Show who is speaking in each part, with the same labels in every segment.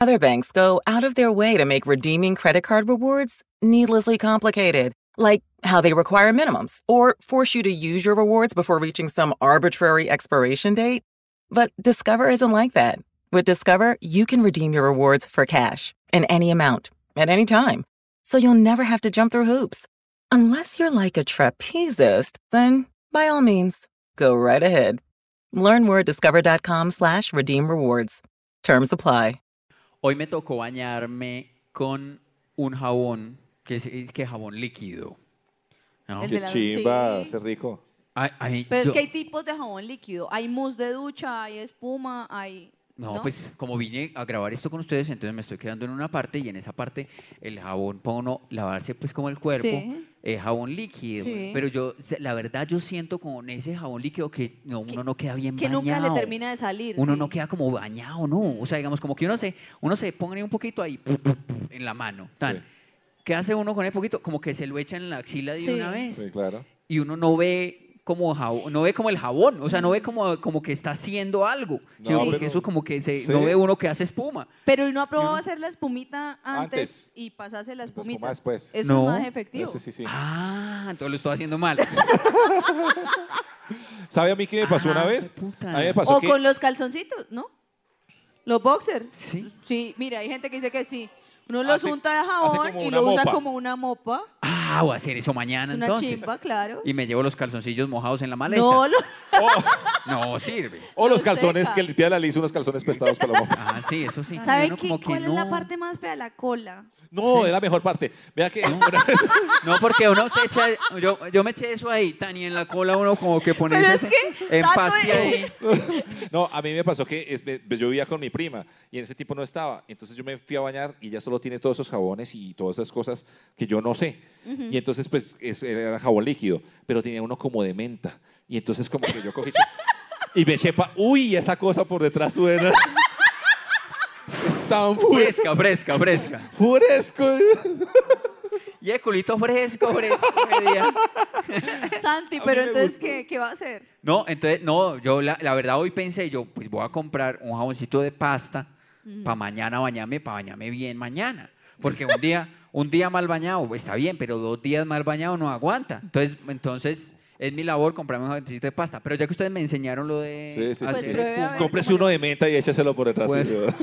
Speaker 1: Other banks go out of their way to make redeeming credit card rewards needlessly complicated, like how they require minimums or force you to use your rewards before reaching some arbitrary expiration date. But Discover isn't like that. With Discover, you can redeem your rewards for cash in any amount, at any time. So you'll never have to jump through hoops. Unless you're like a trapezist, then by all means, go right ahead. Learn more at discover.com slash redeem rewards. Terms apply.
Speaker 2: Hoy me tocó bañarme con un jabón, que es, es que jabón líquido. ¿no?
Speaker 3: El
Speaker 4: Qué
Speaker 3: de la-
Speaker 4: chimba,
Speaker 3: sí.
Speaker 4: hace rico.
Speaker 2: Ay, ay,
Speaker 3: Pero
Speaker 2: yo-
Speaker 3: es que hay tipos de jabón líquido. Hay mousse de ducha, hay espuma, hay...
Speaker 2: No, pues como vine a grabar esto con ustedes, entonces me estoy quedando en una parte y en esa parte el jabón para uno lavarse pues como el cuerpo
Speaker 3: Sí.
Speaker 2: es jabón líquido.
Speaker 3: Sí.
Speaker 2: Pero yo, se- la verdad, yo siento con ese jabón líquido que no, uno no queda bien
Speaker 3: Que
Speaker 2: bañado.
Speaker 3: nunca le termina de salir.
Speaker 2: Uno
Speaker 3: sí.
Speaker 2: no queda como bañado, ¿no? O sea, digamos, como que uno se, uno se pone un poquito ahí pu, pu, pu, en la mano. Tan.
Speaker 4: Sí.
Speaker 2: ¿Qué hace uno con el poquito? Como que se lo echa en la axila de
Speaker 3: Sí.
Speaker 2: una vez
Speaker 4: Sí, claro.
Speaker 2: y uno no ve como jabón, no ve como el jabón, o sea, no ve como, como que está haciendo algo,
Speaker 4: No,
Speaker 2: sino porque
Speaker 4: pero-
Speaker 2: eso como que se-
Speaker 4: Sí.
Speaker 2: no ve uno que hace espuma.
Speaker 3: Pero ¿y no ha probado hacer la espumita antes,
Speaker 4: Antes.
Speaker 3: y pasarse la
Speaker 4: espuma
Speaker 3: espumita?
Speaker 4: después.
Speaker 3: Eso
Speaker 2: No.
Speaker 3: es más efectivo.
Speaker 4: Sí, sí, sí.
Speaker 2: Ah, entonces lo estoy haciendo mal.
Speaker 4: ¿Sabe a mí qué me pasó
Speaker 2: Ah,
Speaker 4: una vez?
Speaker 2: puta.
Speaker 4: A mí me pasó
Speaker 3: O
Speaker 4: que...
Speaker 3: con los calzoncitos, ¿no? Los boxers.
Speaker 2: Sí.
Speaker 3: mira, hay gente que dice que sí. Uno los
Speaker 4: Hace-
Speaker 3: unta de
Speaker 4: hace
Speaker 3: jabón
Speaker 4: como
Speaker 3: y
Speaker 4: una
Speaker 3: lo usa
Speaker 4: mopa.
Speaker 3: como una mopa,
Speaker 2: Ah, voy a hacer eso mañana
Speaker 3: una
Speaker 2: entonces.
Speaker 3: chimpa, claro.
Speaker 2: Y me llevo los calzoncillos mojados en la maleta.
Speaker 3: No, lo-
Speaker 2: No sirve.
Speaker 4: O los
Speaker 3: Lo
Speaker 4: calzones
Speaker 3: seca.
Speaker 4: que limpia la lisa, unos calzones prestados para la mopa.
Speaker 2: Ah, sí, eso sí.
Speaker 3: ¿sabe
Speaker 2: Uno
Speaker 3: qué?
Speaker 2: como que
Speaker 3: ¿Cuál es la
Speaker 2: no.
Speaker 3: parte más fea? La cola.
Speaker 4: No, es la mejor parte. Vea que una vez-
Speaker 2: No, porque uno se echa, yo, yo me eché eso ahí, Tani, en la cola uno como que pone
Speaker 3: Pero
Speaker 2: ese-
Speaker 3: es que
Speaker 2: en
Speaker 3: tanto
Speaker 2: pase
Speaker 3: es-
Speaker 2: ahí.
Speaker 4: No, a mí me pasó que es- me- yo vivía con mi prima y en ese tipo no estaba. Entonces yo me fui a bañar y ella solo tiene todos esos jabones y todas esas cosas que yo no sé. Y entonces, pues, es- era jabón líquido, pero tenía uno como de menta. Y entonces, como que yo cogí y me chepa, uy, esa cosa por detrás suena. es tan fres-
Speaker 2: Fresca, fresca, fresca.
Speaker 4: fresco.
Speaker 2: Y el culito fresco, fresco. ese día.
Speaker 3: Santi,
Speaker 4: mí
Speaker 3: pero
Speaker 4: me
Speaker 3: entonces,
Speaker 4: gustó.
Speaker 3: ¿qué, ¿qué va a hacer?
Speaker 2: No, entonces, no, yo la, la verdad hoy pensé, yo pues voy a comprar un jaboncito de pasta para mañana bañarme, para bañarme bien mañana. Porque un día, un día mal bañado pues, está bien, pero dos días mal bañado no aguanta. Entonces, entonces es mi labor comprarme un jaboncito de pasta. Pero ya que ustedes me enseñaron lo de
Speaker 4: Sí, sí, sí.
Speaker 3: Pues
Speaker 2: hacer
Speaker 3: pruebe a
Speaker 2: espuma,
Speaker 3: ver
Speaker 4: Cómprese
Speaker 3: cómo le- eh,
Speaker 4: uno de menta y échaselo por detrás.
Speaker 2: Pues-
Speaker 4: sí, ¿verdad?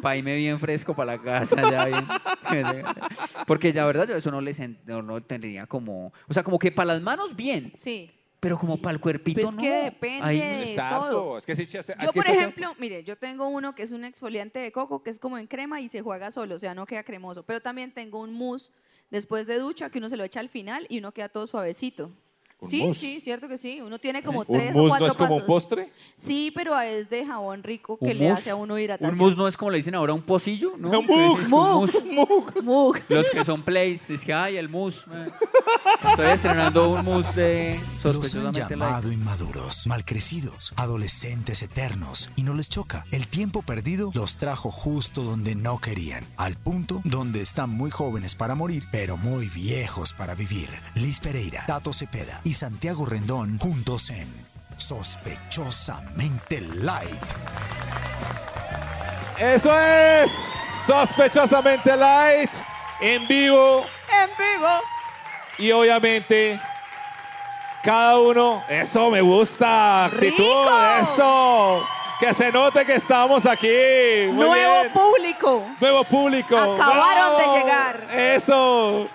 Speaker 2: para irme bien fresco para la casa ya bien. Porque la verdad yo eso no les en- no, no tendría como, o sea, como que para las manos bien,
Speaker 3: Sí.
Speaker 2: pero como para el cuerpito
Speaker 3: Pues
Speaker 2: no.
Speaker 3: que depende
Speaker 2: Ahí-
Speaker 3: de
Speaker 4: Exacto,
Speaker 3: todo.
Speaker 4: Es que sí, es
Speaker 3: Yo,
Speaker 4: que
Speaker 3: por
Speaker 4: sí-
Speaker 3: ejemplo, mire, yo tengo uno que es un exfoliante de coco que es como en crema y se juega solo, o sea, no queda cremoso. Pero también tengo un mousse después de ducha que uno se lo echa al final y uno queda todo suavecito.
Speaker 4: ¿Un
Speaker 3: Sí,
Speaker 4: mousse?
Speaker 3: sí, cierto que sí. Uno tiene como
Speaker 4: ¿Un
Speaker 3: tres o
Speaker 4: mousse
Speaker 3: cuatro
Speaker 4: no es como un
Speaker 3: pasos.
Speaker 4: postre?
Speaker 3: Sí, pero es de jabón rico
Speaker 2: ¿Un
Speaker 3: que le
Speaker 2: mousse?
Speaker 3: hace a uno hidratación.
Speaker 2: Un mus no es como le dicen ahora un pocillo, ¿no?
Speaker 4: Un
Speaker 2: Entonces es que un
Speaker 3: mug.
Speaker 2: mus.
Speaker 3: Mug.
Speaker 2: Los que son plays, es que ay, el mus. eh. Estoy estrenando un mus de
Speaker 5: Los han
Speaker 2: sospechosamente light.
Speaker 5: llamado inmaduros, malcrecidos, adolescentes eternos y no les choca. El tiempo perdido los trajo justo donde no querían, al punto donde están muy jóvenes para morir, pero muy viejos para vivir. Liz Pereira, Tato Cepeda y Santiago Rendón juntos en Sospechosamente Light.
Speaker 4: Eso es Sospechosamente Light en vivo
Speaker 3: En vivo.
Speaker 4: y obviamente cada uno, eso me gusta, actitud,
Speaker 3: Rico.
Speaker 4: eso. Que se note que estamos aquí. Muy
Speaker 3: Nuevo
Speaker 4: bien.
Speaker 3: público.
Speaker 4: Nuevo público.
Speaker 3: Acabaron
Speaker 4: ¡Bravo!
Speaker 3: de llegar.
Speaker 4: Eso.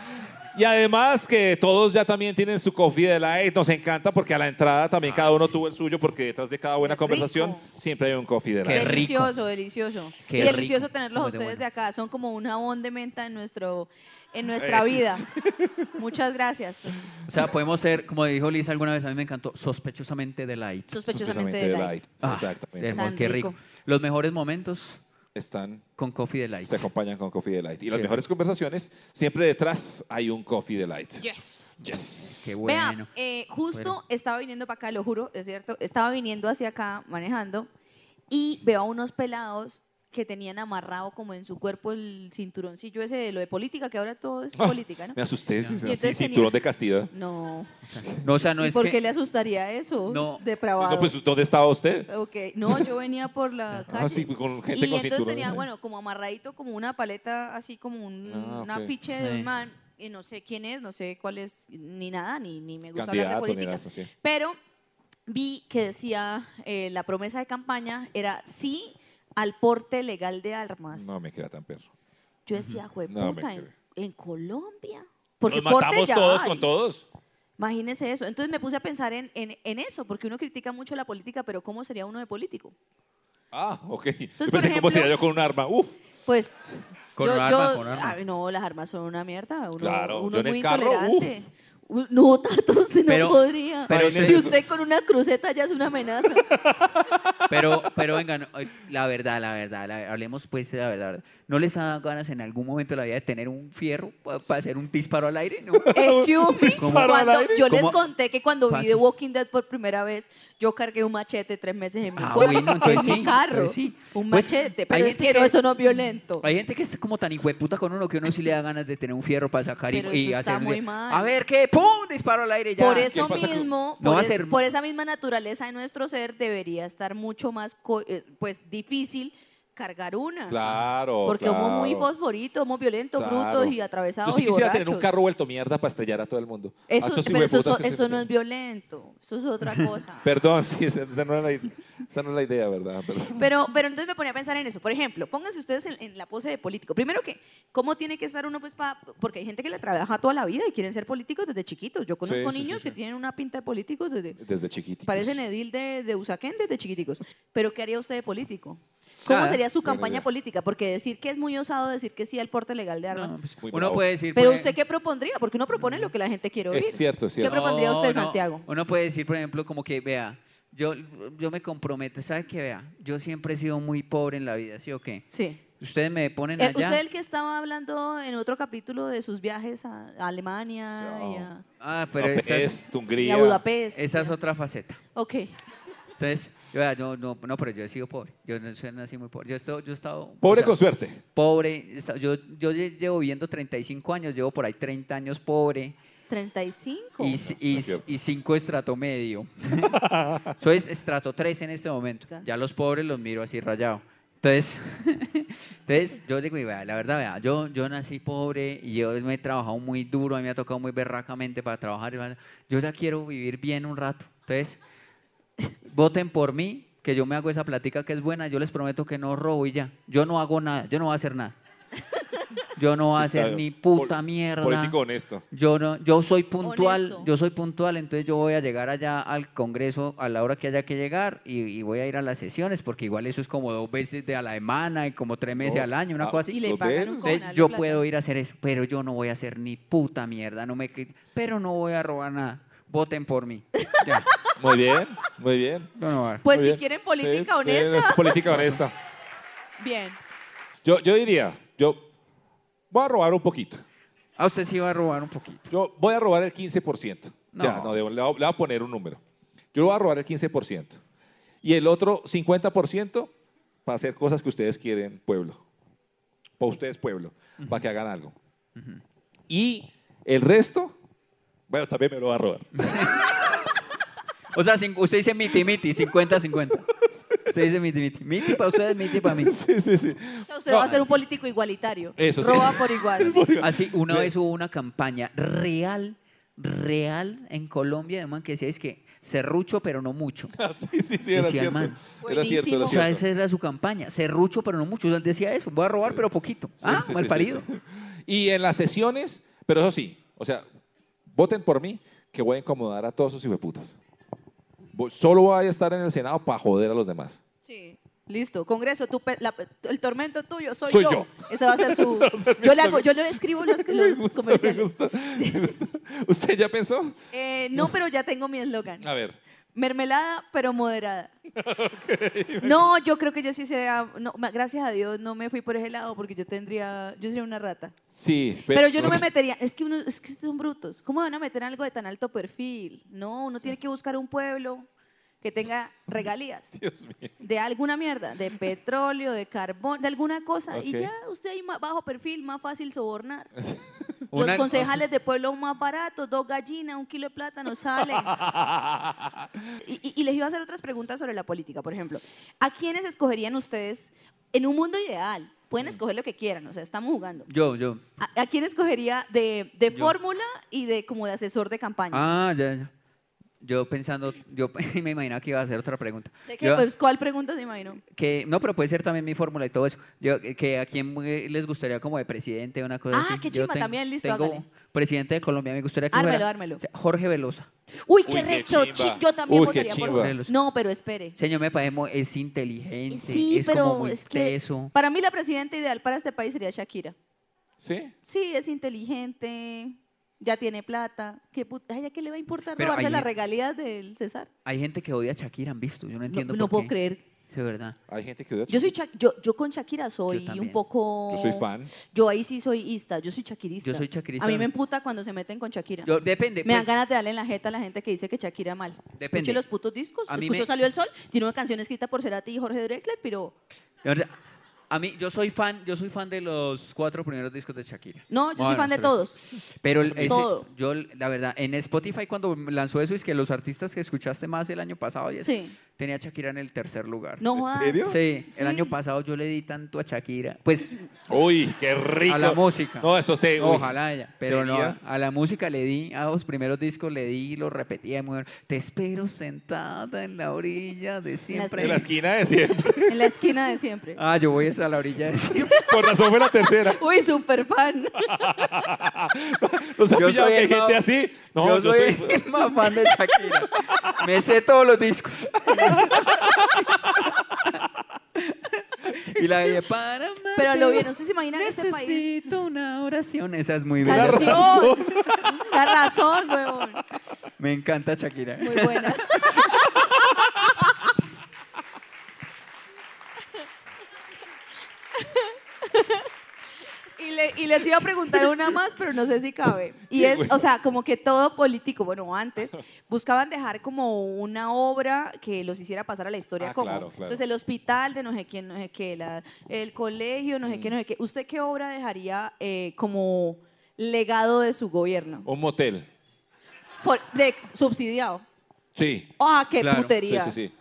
Speaker 4: Y además que todos ya también tienen su coffee de light. Nos encanta porque a la entrada también cada uno tuvo el suyo porque detrás de cada buena
Speaker 3: Qué
Speaker 4: conversación
Speaker 3: rico.
Speaker 4: siempre hay un coffee de
Speaker 2: Qué
Speaker 4: light.
Speaker 2: rico.
Speaker 3: delicioso, delicioso.
Speaker 2: Qué
Speaker 3: Y delicioso
Speaker 2: rico.
Speaker 3: tenerlos a
Speaker 2: Cómo es de
Speaker 3: ustedes
Speaker 2: bueno.
Speaker 3: de acá. Son como un jabón de menta en, nuestro, en
Speaker 2: Eh.
Speaker 3: nuestra vida. Muchas gracias.
Speaker 2: O sea, podemos ser, como dijo Lisa alguna vez, a mí me encantó, sospechosamente de light.
Speaker 3: Sospechosamente de light.
Speaker 2: Ah,
Speaker 4: Exactamente.
Speaker 2: hermoso,
Speaker 3: Tan
Speaker 2: qué
Speaker 3: rico.
Speaker 2: rico. Los mejores momentos
Speaker 4: Están,
Speaker 2: con coffee de light.
Speaker 4: se acompañan con coffee de light. Y las
Speaker 2: Qué
Speaker 4: mejores conversaciones, siempre detrás hay un coffee de light.
Speaker 3: Yes.
Speaker 4: Yes.
Speaker 2: Qué bueno.
Speaker 3: Vea, eh, justo
Speaker 2: Bueno.
Speaker 3: estaba viniendo para acá, lo juro, es cierto. Estaba viniendo hacia acá manejando y veo a unos pelados que tenían amarrado como en su cuerpo el cinturoncillo ese de lo de política, que ahora todo es
Speaker 4: Ah,
Speaker 3: política, ¿no?
Speaker 4: Me asusté. sí, sí,
Speaker 3: entonces tenía-
Speaker 4: cinturón de castidad.
Speaker 3: No.
Speaker 2: No, o sea, no
Speaker 3: eh, ¿Y
Speaker 2: es
Speaker 3: por
Speaker 2: que...
Speaker 3: qué le asustaría eso?
Speaker 2: No.
Speaker 3: Depravado.
Speaker 4: No, pues, ¿dónde estaba usted?
Speaker 3: Ok, no, yo venía por la calle.
Speaker 4: Ah, sí, con gente
Speaker 3: y
Speaker 4: con
Speaker 3: entonces
Speaker 4: cinturón. eh.
Speaker 3: tenía, bueno, como amarradito, como una paleta, así como un,
Speaker 4: Ah, ok.
Speaker 3: un afiche de
Speaker 2: Sí.
Speaker 3: un man, y no sé quién es, no sé cuál es, ni nada, ni, ni me gusta hablar de
Speaker 4: Candidato,
Speaker 3: política.
Speaker 4: mira, eso sí.
Speaker 3: Pero vi que decía, eh, la promesa de campaña era sí al porte legal de armas.
Speaker 4: No me queda tan perro.
Speaker 3: Yo decía,
Speaker 4: No me
Speaker 3: jueputa, en,
Speaker 4: creo.
Speaker 3: en Colombia. Porque
Speaker 4: Nos
Speaker 3: porte
Speaker 4: matamos
Speaker 3: ya
Speaker 4: todos
Speaker 3: hay.
Speaker 4: con todos.
Speaker 3: Imagínese eso. Entonces me puse a pensar en, en- en eso, porque uno critica mucho la política, pero ¿cómo sería uno de político?
Speaker 4: Ah,
Speaker 3: por
Speaker 4: ok. yo pensé cómo
Speaker 3: ejemplo-
Speaker 4: sería yo con un arma. Uf,
Speaker 3: Pues
Speaker 2: Con
Speaker 3: yo,
Speaker 2: arma,
Speaker 3: yo-
Speaker 2: con arma.
Speaker 3: ay, no, las armas son una mierda. Uno,
Speaker 4: Claro,
Speaker 3: uno
Speaker 4: yo en
Speaker 3: es muy
Speaker 4: el carro,
Speaker 3: intolerante. U- No, Tato, usted
Speaker 2: Pero-
Speaker 3: no podría.
Speaker 2: pero
Speaker 3: si
Speaker 2: usted-
Speaker 3: usted con una cruceta ya es una amenaza.
Speaker 2: Pero, pero vengan, eh, la verdad, la verdad, la- hablemos pues de la verdad, la verdad. ¿No les ha dado ganas en algún momento de la vida de tener un fierro para hacer un disparo al aire? No.
Speaker 3: Excuse me,
Speaker 2: ¿Cómo?
Speaker 3: Eh, cuando- yo les
Speaker 2: ¿Cómo?
Speaker 3: conté que cuando vi
Speaker 2: Pase.
Speaker 3: The Walking Dead por primera vez, yo cargué un machete tres meses en mi,
Speaker 2: Ah,
Speaker 3: cuerpo,
Speaker 2: bueno, entonces
Speaker 3: en mi
Speaker 2: sí,
Speaker 3: carro.
Speaker 2: entonces sí.
Speaker 3: Un
Speaker 2: Pues,
Speaker 3: machete,
Speaker 2: hay
Speaker 3: pero es
Speaker 2: gente
Speaker 3: que no,
Speaker 2: que-
Speaker 3: eso no es violento.
Speaker 2: Hay gente que es como tan hijueputa con uno que uno sí le da ganas de tener un fierro para sacar y,
Speaker 3: Pero
Speaker 2: y
Speaker 3: eso está
Speaker 2: hacer. un-
Speaker 3: muy mal.
Speaker 2: A ver qué, ¡pum! Disparo al aire ya.
Speaker 3: Por eso
Speaker 4: pasa con-
Speaker 3: mismo,
Speaker 2: No va
Speaker 3: por,
Speaker 2: a
Speaker 3: es-
Speaker 2: ser-
Speaker 3: por esa misma naturaleza de nuestro ser, debería estar mucho más co- eh, pues difícil cargar una.
Speaker 4: claro.
Speaker 3: Porque somos muy
Speaker 4: claro,
Speaker 3: fosforitos, somos violentos,
Speaker 4: claro.
Speaker 3: brutos y atravesados
Speaker 4: Yo sí
Speaker 3: y
Speaker 4: quisiera
Speaker 3: borrachos.
Speaker 4: tener un carro vuelto mierda para estrellar a todo el mundo. Ah, A
Speaker 3: Eso,
Speaker 4: esos
Speaker 3: pero eso,
Speaker 4: hijueputas
Speaker 3: so-
Speaker 4: que se-
Speaker 3: eso no es violento, eso es otra cosa.
Speaker 4: Perdón, sí, esa, esa no era la, id- esa no es la idea, ¿verdad? Perdón.
Speaker 3: Pero, pero entonces me ponía a pensar en eso. Por ejemplo, pónganse ustedes en, en la pose de político. Primero que, ¿cómo tiene que estar uno? pues pa- Porque hay gente que la trabaja toda la vida y quieren ser políticos desde chiquitos. Yo conozco
Speaker 4: sí, sí,
Speaker 3: niños
Speaker 4: sí.
Speaker 3: que tienen una pinta de políticos desde...
Speaker 4: Desde chiquitito.
Speaker 3: Parecen edil de, de Usaquén desde chiquiticos. Pero ¿qué haría usted de político? ¿Cómo
Speaker 4: Ah,
Speaker 2: Nada.
Speaker 3: sería su
Speaker 4: Buena
Speaker 3: campaña
Speaker 4: idea.
Speaker 3: política? Porque decir que es muy osado decir que sí al porte legal de armas.
Speaker 2: No, pues,
Speaker 4: Muy
Speaker 2: uno
Speaker 4: bravo.
Speaker 2: puede decir.
Speaker 3: Pero
Speaker 2: por-
Speaker 3: usted qué propondría? Porque uno propone lo que la gente quiere oír.
Speaker 4: Es cierto, es
Speaker 3: ¿Qué
Speaker 4: cierto.
Speaker 3: propondría
Speaker 2: No,
Speaker 3: usted,
Speaker 2: no.
Speaker 3: Santiago?
Speaker 2: Uno puede decir, por ejemplo, como que, vea, yo, yo me comprometo, ¿sabe qué? Vea, yo siempre he sido muy pobre en la vida, ¿sí o qué?
Speaker 3: Sí.
Speaker 2: Ustedes me ponen
Speaker 3: Eh,
Speaker 2: allá.
Speaker 3: usted el que estaba hablando en otro capítulo de sus viajes a a Alemania
Speaker 4: Sí,
Speaker 3: y,
Speaker 4: ah.
Speaker 3: a,
Speaker 2: Ah, pero
Speaker 4: Pero
Speaker 2: esa es,
Speaker 4: es
Speaker 3: y
Speaker 4: Hungría.
Speaker 3: a Budapest.
Speaker 2: esa es otra faceta.
Speaker 3: Ok.
Speaker 2: Entonces, yo, vea, yo no, no, pero yo he sido pobre. Yo no soy así muy pobre. Yo he estado, yo he estado
Speaker 4: Pobre
Speaker 2: o sea,
Speaker 4: con suerte.
Speaker 2: pobre. he estado- Yo, yo lle- llevo viviendo 35 años, llevo por ahí 30 años pobre
Speaker 3: 35.
Speaker 2: y, ci- y,
Speaker 4: es cierto.
Speaker 2: y 5 estrato medio. Soy es- estrato 3 en este momento.
Speaker 3: Claro.
Speaker 2: Ya los pobres los miro así rayado. Entonces, entonces yo digo, y vea, la verdad, vea, yo, yo nací pobre y yo me he trabajado muy duro, a mí me ha tocado muy berracamente para trabajar. y va- Yo ya quiero vivir bien un rato. Entonces, voten por mí, que yo me hago esa platica que es buena, yo les prometo que no robo y ya. Yo no hago nada, yo no voy a hacer nada. Yo no voy a hacer
Speaker 4: Está
Speaker 2: ni
Speaker 4: pol-
Speaker 2: puta mierda.
Speaker 4: Político honesto.
Speaker 2: Yo no, yo soy puntual,
Speaker 3: Honesto.
Speaker 2: yo soy puntual, entonces yo voy a llegar allá al Congreso a la hora que haya que llegar y, y voy a ir a las sesiones, porque igual eso es como dos veces de a la semana y como tres meses
Speaker 4: Oh,
Speaker 2: al año, una
Speaker 4: ah,
Speaker 2: cosa así.
Speaker 3: Y le
Speaker 4: ¿Lo
Speaker 3: pagan
Speaker 4: ves?
Speaker 3: un
Speaker 2: Entonces,
Speaker 3: cojonal de
Speaker 2: yo
Speaker 3: plata.
Speaker 2: puedo ir a hacer eso, pero yo no voy a hacer ni puta mierda, no me cri- pero no voy a robar nada. Voten por mí. Ya,
Speaker 4: Muy bien, muy bien.
Speaker 2: yo no voy a robar.
Speaker 3: Pues
Speaker 4: Muy
Speaker 3: si
Speaker 4: bien.
Speaker 3: quieren
Speaker 4: Sí,
Speaker 3: política
Speaker 4: sí,
Speaker 3: honesta.
Speaker 4: es política honesta.
Speaker 3: Bien.
Speaker 4: Yo, yo diría, yo voy a robar un poquito.
Speaker 2: A usted sí va a robar un poquito.
Speaker 4: Yo voy a robar el 15%.
Speaker 2: No.
Speaker 4: Ya, no, de- le, voy, le voy a poner un número. Yo voy a robar el 15%. Y el otro 50% para hacer cosas que ustedes quieren, pueblo. Para ustedes, pueblo. Para que hagan algo. Y el resto, bueno, también me lo voy a robar.
Speaker 2: O sea, cin- usted dice miti miti, 50-50. Usted dice miti miti. Miti para ustedes, miti para mí.
Speaker 4: sí, sí, sí.
Speaker 3: O sea, usted
Speaker 4: No,
Speaker 3: va a ser un político igualitario.
Speaker 4: Eso sí.
Speaker 3: Roba por igual.
Speaker 2: Así, una vez hubo una campaña real, real en Colombia, de un man que decía, es que serrucho, pero no mucho.
Speaker 4: sí, sí, sí,
Speaker 2: Decía
Speaker 4: era
Speaker 2: el
Speaker 4: cierto.
Speaker 2: man.
Speaker 4: Era cierto, era
Speaker 3: Buenísimo.
Speaker 2: O sea,
Speaker 4: cierto.
Speaker 2: esa era su campaña, serrucho, pero no mucho. O sea, él decía eso, voy a robar, pero poquito.
Speaker 4: Sí,
Speaker 2: ah,
Speaker 4: sí, sí,
Speaker 2: mal parido.
Speaker 4: sí, sí. Y en las sesiones, pero eso sí, o sea, voten por mí, que voy a incomodar a todos sus hijueputas. Voy- Solo voy a estar en el Senado para joder a los demás.
Speaker 3: Sí. Listo, Congreso, tú pe- la- el tormento tuyo soy,
Speaker 4: Soy
Speaker 3: yo.
Speaker 4: yo.
Speaker 3: Ese va a ser su.
Speaker 4: ser mi
Speaker 3: yo le hago, yo
Speaker 4: tormento.
Speaker 3: le escribo los,
Speaker 4: Me
Speaker 3: los
Speaker 4: gusta, me
Speaker 3: comerciales.
Speaker 4: gusta, me gusta. ¿Usted ya pensó?
Speaker 3: Eh, no, pero ya tengo mi eslogan.
Speaker 4: A ver.
Speaker 3: Mermelada, pero moderada. No, yo creo que yo sí sería. no, ma- gracias a Dios no me fui por ese lado porque yo tendría. Yo sería una rata.
Speaker 4: Sí,
Speaker 3: Pero yo no me metería. Es que uno, es que son brutos. ¿Cómo van a meter algo de tan alto perfil? No, uno tiene que buscar un pueblo que tenga regalías
Speaker 4: Dios mío.
Speaker 3: de alguna mierda, de petróleo, de carbón, de alguna cosa. Y
Speaker 4: Ok.
Speaker 3: ya usted ahí más bajo perfil, más fácil sobornar.
Speaker 2: Una
Speaker 3: Los concejales de pueblo más baratos, dos gallinas, un kilo de plátano, salen. y, y- y les iba a hacer otras preguntas sobre la política, por ejemplo. ¿A quiénes escogerían ustedes en un mundo ideal? Pueden
Speaker 2: Mm.
Speaker 3: escoger lo que quieran, o sea, estamos jugando.
Speaker 2: Yo, yo.
Speaker 3: ¿A, a quién escogería de, de
Speaker 2: Yo.
Speaker 3: fórmula y de como de asesor de campaña?
Speaker 2: Ah, ya, ya. Yo pensando, yo me imaginaba que iba a hacer otra pregunta.
Speaker 3: ¿De qué?
Speaker 2: Yo-
Speaker 3: Pues, ¿Cuál pregunta se imagino?
Speaker 2: que, no, pero puede ser también mi fórmula y todo eso. Yo, eh, que a quién eh, les gustaría como de presidente, una cosa
Speaker 3: Ah,
Speaker 2: así.
Speaker 3: qué
Speaker 2: Yo
Speaker 3: chimba,
Speaker 2: tengo-
Speaker 3: también, listo,
Speaker 2: tengo
Speaker 3: hágale.
Speaker 2: presidente de Colombia, me gustaría que
Speaker 3: Ármelo,
Speaker 2: fuera-
Speaker 3: ármelo.
Speaker 2: o sea, Jorge Velosa.
Speaker 3: Uy, qué
Speaker 4: Uy, qué
Speaker 3: recho. chi-
Speaker 4: chimba.
Speaker 3: Yo también
Speaker 4: Uy, qué
Speaker 3: votaría por
Speaker 4: chimba.
Speaker 3: Veloz. No, pero espere.
Speaker 2: Señor, me parece muy- es inteligente,
Speaker 3: Sí,
Speaker 2: es
Speaker 3: pero
Speaker 2: como muy
Speaker 3: es que
Speaker 2: teso.
Speaker 3: para mí la presidenta ideal para este país sería Shakira.
Speaker 4: ¿Sí?
Speaker 3: Sí, es inteligente, ya tiene plata. ¿Qué put- Ay, ¿a qué le va a importar
Speaker 2: Pero
Speaker 3: robarse
Speaker 2: hay
Speaker 3: las
Speaker 2: gen-
Speaker 3: regalías del César?
Speaker 2: Hay gente que odia a Shakira, han visto, yo no
Speaker 3: No,
Speaker 2: entiendo
Speaker 3: no
Speaker 2: por
Speaker 3: puedo
Speaker 2: qué.
Speaker 3: creer.
Speaker 2: Sí, es verdad.
Speaker 4: Hay gente que...
Speaker 3: Yo, soy Shak- yo, yo con Shakira soy un
Speaker 2: también.
Speaker 3: poco...
Speaker 4: Yo soy fan.
Speaker 3: Yo ahí sí soy ista, yo soy shakirista.
Speaker 2: Yo soy shakirista.
Speaker 3: A mí me emputa cuando se meten con Shakira.
Speaker 2: Yo, depende.
Speaker 3: me dan
Speaker 2: pues,
Speaker 3: ganas de darle en la jeta a la gente que dice que Shakira mal.
Speaker 2: Depende.
Speaker 3: Escuche los putos discos.
Speaker 2: A mí
Speaker 3: Escucho
Speaker 2: me-
Speaker 3: Salió el Sol. Tiene una canción escrita por Cerati y Jorge Drexler, pero...
Speaker 2: de verdad, A mí, yo soy fan, yo soy fan de los cuatro primeros discos de Shakira.
Speaker 3: No, yo soy
Speaker 2: Bueno,
Speaker 3: fan de
Speaker 2: tres.
Speaker 3: todos.
Speaker 2: Pero el- ese-
Speaker 3: Todo.
Speaker 2: yo, la verdad, en Spotify cuando lanzó eso, es que los artistas que escuchaste más el año pasado, y eso,
Speaker 3: Sí.
Speaker 2: tenía a Shakira en el tercer lugar.
Speaker 3: No jodas.
Speaker 4: serio?
Speaker 2: Sí,
Speaker 3: Sí.
Speaker 2: el año pasado yo le di tanto a Shakira, pues
Speaker 4: Uy, qué rico.
Speaker 2: a la música.
Speaker 4: No, eso sí. eh. uy.
Speaker 2: Ojalá ella, pero
Speaker 4: Sería-
Speaker 2: no, a la música le di, a los primeros discos le di y lo repetía muy bien. Te espero sentada en la orilla de siempre.
Speaker 4: En la esquina de siempre.
Speaker 3: En la esquina de siempre.
Speaker 2: Ah, yo voy es a la orilla de siempre.
Speaker 4: Por razón fue la tercera.
Speaker 3: Uy, super fan.
Speaker 4: ¿Los ha
Speaker 2: Yo
Speaker 4: pillado
Speaker 2: soy
Speaker 4: que hay
Speaker 2: el más-
Speaker 4: gente así? No,
Speaker 2: yo, soy, el más fan de Shakira. Me sé todos los discos. y la de Panamá.
Speaker 3: Pero lo
Speaker 2: te-
Speaker 3: bien, ¿usted se imagina que este país?
Speaker 2: Necesito una oración. Esa es muy
Speaker 3: La
Speaker 2: bella.
Speaker 3: razón. La razón, huevón.
Speaker 2: Me encanta Shakira.
Speaker 3: Muy buena. Y, le- y les iba a preguntar una más, pero no sé si cabe. Y es, o sea, como que todo político, bueno, antes buscaban dejar como una obra que los hiciera pasar a la historia
Speaker 4: Ah,
Speaker 3: como.
Speaker 4: claro, claro.
Speaker 3: Entonces, el hospital de no sé quién, no sé qué, la- el colegio, no sé qué, no sé qué. ¿Usted qué obra dejaría eh, como legado de su gobierno?
Speaker 4: Un motel.
Speaker 3: Por- de, subsidiado.
Speaker 4: Sí.
Speaker 3: ¡Ah, qué
Speaker 2: Claro, sí,
Speaker 4: Sí,
Speaker 3: putería!
Speaker 4: sí, sí.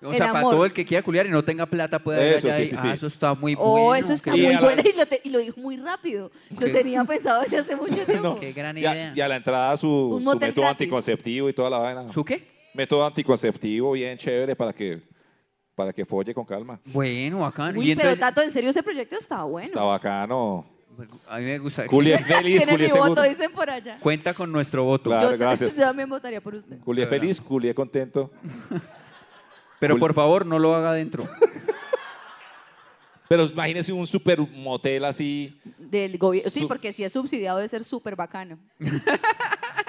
Speaker 2: O
Speaker 3: El
Speaker 2: sea, para
Speaker 3: amor.
Speaker 2: todo el que quiera culiar y no tenga plata puede haber
Speaker 4: Eso,
Speaker 2: allá
Speaker 4: sí,
Speaker 2: y-
Speaker 4: sí,
Speaker 2: ah,
Speaker 4: sí.
Speaker 2: eso está muy
Speaker 3: Oh,
Speaker 2: bueno.
Speaker 3: eso está
Speaker 2: qué
Speaker 4: Y
Speaker 3: muy
Speaker 4: a la-
Speaker 3: bueno y lo, te- y lo dijo muy rápido.
Speaker 2: Ok.
Speaker 3: Lo tenía pensado desde hace mucho tiempo.
Speaker 2: Qué gran
Speaker 4: Y
Speaker 2: idea.
Speaker 4: a, y a la entrada su,
Speaker 3: Un
Speaker 4: su
Speaker 3: motel
Speaker 4: método
Speaker 3: gratis.
Speaker 4: anticonceptivo y toda la vaina.
Speaker 2: ¿Su qué?
Speaker 4: método anticonceptivo bien chévere para que, para que folle con calma.
Speaker 2: Bueno, acá.
Speaker 3: Uy,
Speaker 2: y
Speaker 3: pero
Speaker 2: entonces,
Speaker 3: Tato, en serio, ese proyecto está bueno.
Speaker 4: Está bacano.
Speaker 2: a mí me gusta.
Speaker 4: Juli es feliz,
Speaker 3: Tiene
Speaker 4: Juli
Speaker 3: mi
Speaker 4: es seguro.
Speaker 3: voto, dicen por allá.
Speaker 2: Cuenta con nuestro voto.
Speaker 4: Claro,
Speaker 3: yo, ta-
Speaker 4: gracias.
Speaker 3: yo también votaría por usted.
Speaker 4: Juli es feliz, Juli es contento.
Speaker 2: Pero
Speaker 4: Juli-
Speaker 2: por favor, no lo haga adentro.
Speaker 4: Pero imagínense un super motel así.
Speaker 3: Del gobierno. Sí,
Speaker 4: Sub-
Speaker 3: porque si es subsidiado debe ser súper bacano.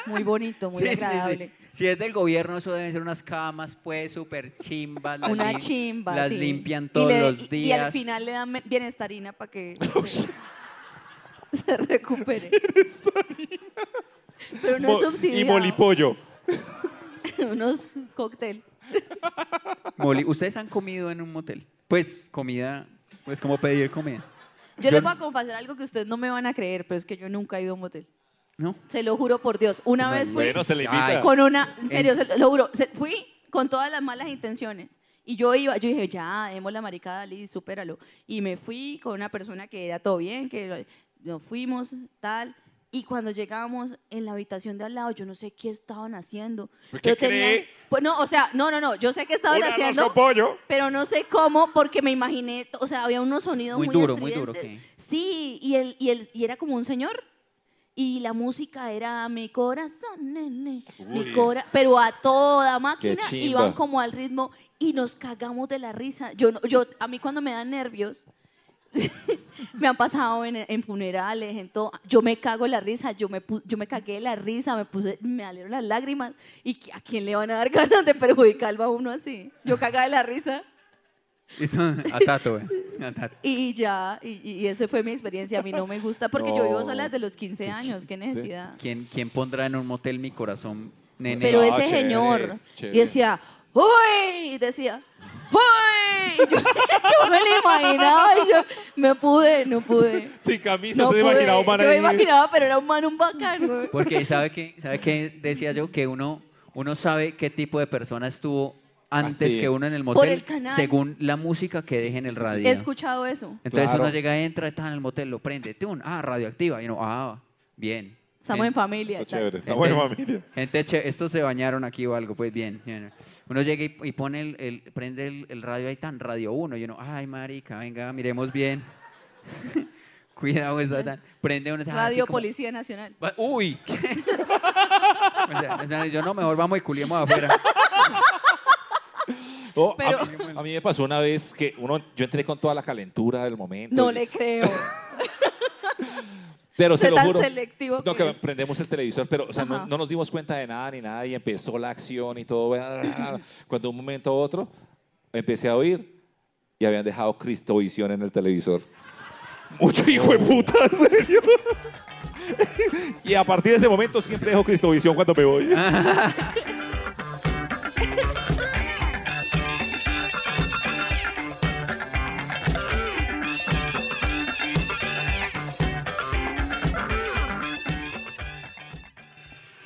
Speaker 3: muy bonito, muy
Speaker 2: Sí, sí, sí.
Speaker 3: agradable.
Speaker 2: Si es del gobierno, eso deben ser unas camas, pues, súper chimbas. las
Speaker 3: Una
Speaker 2: lim-
Speaker 3: chimba.
Speaker 2: Las
Speaker 3: sí.
Speaker 2: limpian
Speaker 3: Y
Speaker 2: todos
Speaker 3: le-
Speaker 2: los
Speaker 3: y-
Speaker 2: días.
Speaker 3: Y al final le dan me- bienestarina para que se, se recupere. Pero no es
Speaker 4: Mo-
Speaker 3: subsidiado.
Speaker 4: y molipollo.
Speaker 3: unos cóctel.
Speaker 2: Moli, ¿ustedes han comido en un motel? Pues, comida, pues, como pedir comida.
Speaker 3: Yo, les voy a confesar algo que ustedes no me van a creer, pero es que yo nunca he ido a un motel.
Speaker 2: ¿No?
Speaker 3: Se lo juro por Dios. Una vez fui
Speaker 4: Bueno, se le invita.
Speaker 2: Ay,
Speaker 3: con una, en serio,
Speaker 2: En-
Speaker 3: se lo, lo juro, se- fui con todas las malas intenciones. Y yo iba, yo dije, ya, demos la maricada, Liz, supéralo. Y me fui con una persona que era todo bien, que lo- nos fuimos, tal. Y cuando llegamos en la habitación de al lado, yo no sé qué estaban haciendo.
Speaker 4: ¿Pero
Speaker 3: Yo
Speaker 4: qué cree?
Speaker 3: Pues no, o sea, no, no, no, yo sé qué estaban
Speaker 4: Un arroz
Speaker 3: haciendo,
Speaker 4: con pollo.
Speaker 3: pero no sé cómo, porque me imaginé, o sea, había unos sonidos muy,
Speaker 2: Muy duro, muy duro,
Speaker 3: estridentes.
Speaker 2: ¿qué?
Speaker 3: Sí, y, él, y, él, y era como un señor. Y la música era mi corazón, nene, mi
Speaker 4: Uy.
Speaker 3: cora pero a toda máquina iban
Speaker 4: chimba.
Speaker 3: como al ritmo y nos cagamos de la risa. Yo, no- yo, a mí cuando me dan nervios, me han pasado en, en funerales, en todo. Yo me cago en la risa, yo me, pu- yo me cagué de la risa, me puse, me salieron las lágrimas. ¿Y qui- a quién le van a dar ganas de perjudicarlo a uno así? Yo cagada de la risa
Speaker 2: a Tato, eh, a Tato.
Speaker 3: y ya, y, y- y esa fue mi experiencia. A mí no me gusta porque yo vivo
Speaker 4: No,
Speaker 3: sola desde los 15 años, qué
Speaker 4: sí.
Speaker 3: necesidad.
Speaker 2: ¿Quién, quién pondrá en un motel mi corazón, nene?
Speaker 3: Pero
Speaker 4: No,
Speaker 3: ese
Speaker 4: chévere,
Speaker 3: señor
Speaker 4: chévere.
Speaker 3: y decía, ¡Uy! Y decía, ¡Uy! Y Yo, yo me lo imaginaba y yo me pude, no pude.
Speaker 4: Sin camisa,
Speaker 3: No
Speaker 4: se
Speaker 3: pude.
Speaker 4: imaginaba un man
Speaker 3: yo me
Speaker 4: ahí.
Speaker 3: imaginaba, pero era un man un bacano.
Speaker 2: Porque sabe que, sabe que decía yo que uno, uno sabe qué tipo de persona estuvo antes
Speaker 4: Así es.
Speaker 2: que uno en el
Speaker 3: Por
Speaker 2: motel
Speaker 3: el canal.
Speaker 2: según la música que deje en el radio.
Speaker 3: He escuchado eso.
Speaker 2: Entonces
Speaker 4: Claro.
Speaker 2: uno llega, entra, está en el motel, lo prende, tun, ah, radioactiva, y uno, ah, bien.
Speaker 3: Estamos en
Speaker 2: Bien.
Speaker 3: familia.
Speaker 4: Está
Speaker 3: tal.
Speaker 4: chévere, está
Speaker 2: Gente-
Speaker 4: bueno, familia.
Speaker 2: Gente, che- estos se bañaron aquí o algo, pues bien. bien. Uno llega y, y pone el, el- prende el, el radio ahí tan radio 1 y uno, ay marica, venga, miremos bien. Cuidado, está tan. Prende uno. ah, así
Speaker 3: Radio
Speaker 2: como-
Speaker 3: Policía Nacional.
Speaker 2: Va- Uy. O sea, o sea, yo no, mejor vamos y culiemos afuera.
Speaker 4: Oh,
Speaker 3: Pero-
Speaker 4: a, mí, a mí me pasó una vez que uno, yo entré con toda la calentura del momento.
Speaker 3: No le creo.
Speaker 4: Pero se
Speaker 3: Sé
Speaker 4: lo
Speaker 3: tan
Speaker 4: juro.
Speaker 3: selectivo
Speaker 4: No,
Speaker 3: que
Speaker 4: que
Speaker 3: es.
Speaker 4: prendemos el televisor, pero o sea,
Speaker 3: Ajá.
Speaker 4: no, no nos dimos cuenta de nada ni nada y empezó la acción y todo. bla, bla, bla, bla. Cuando de un momento a otro empecé a oír y habían dejado Cristovisión en el televisor. Mucho hijo de puta, en serio. y a partir de ese momento siempre dejo Cristovisión cuando me voy.
Speaker 2: Ah.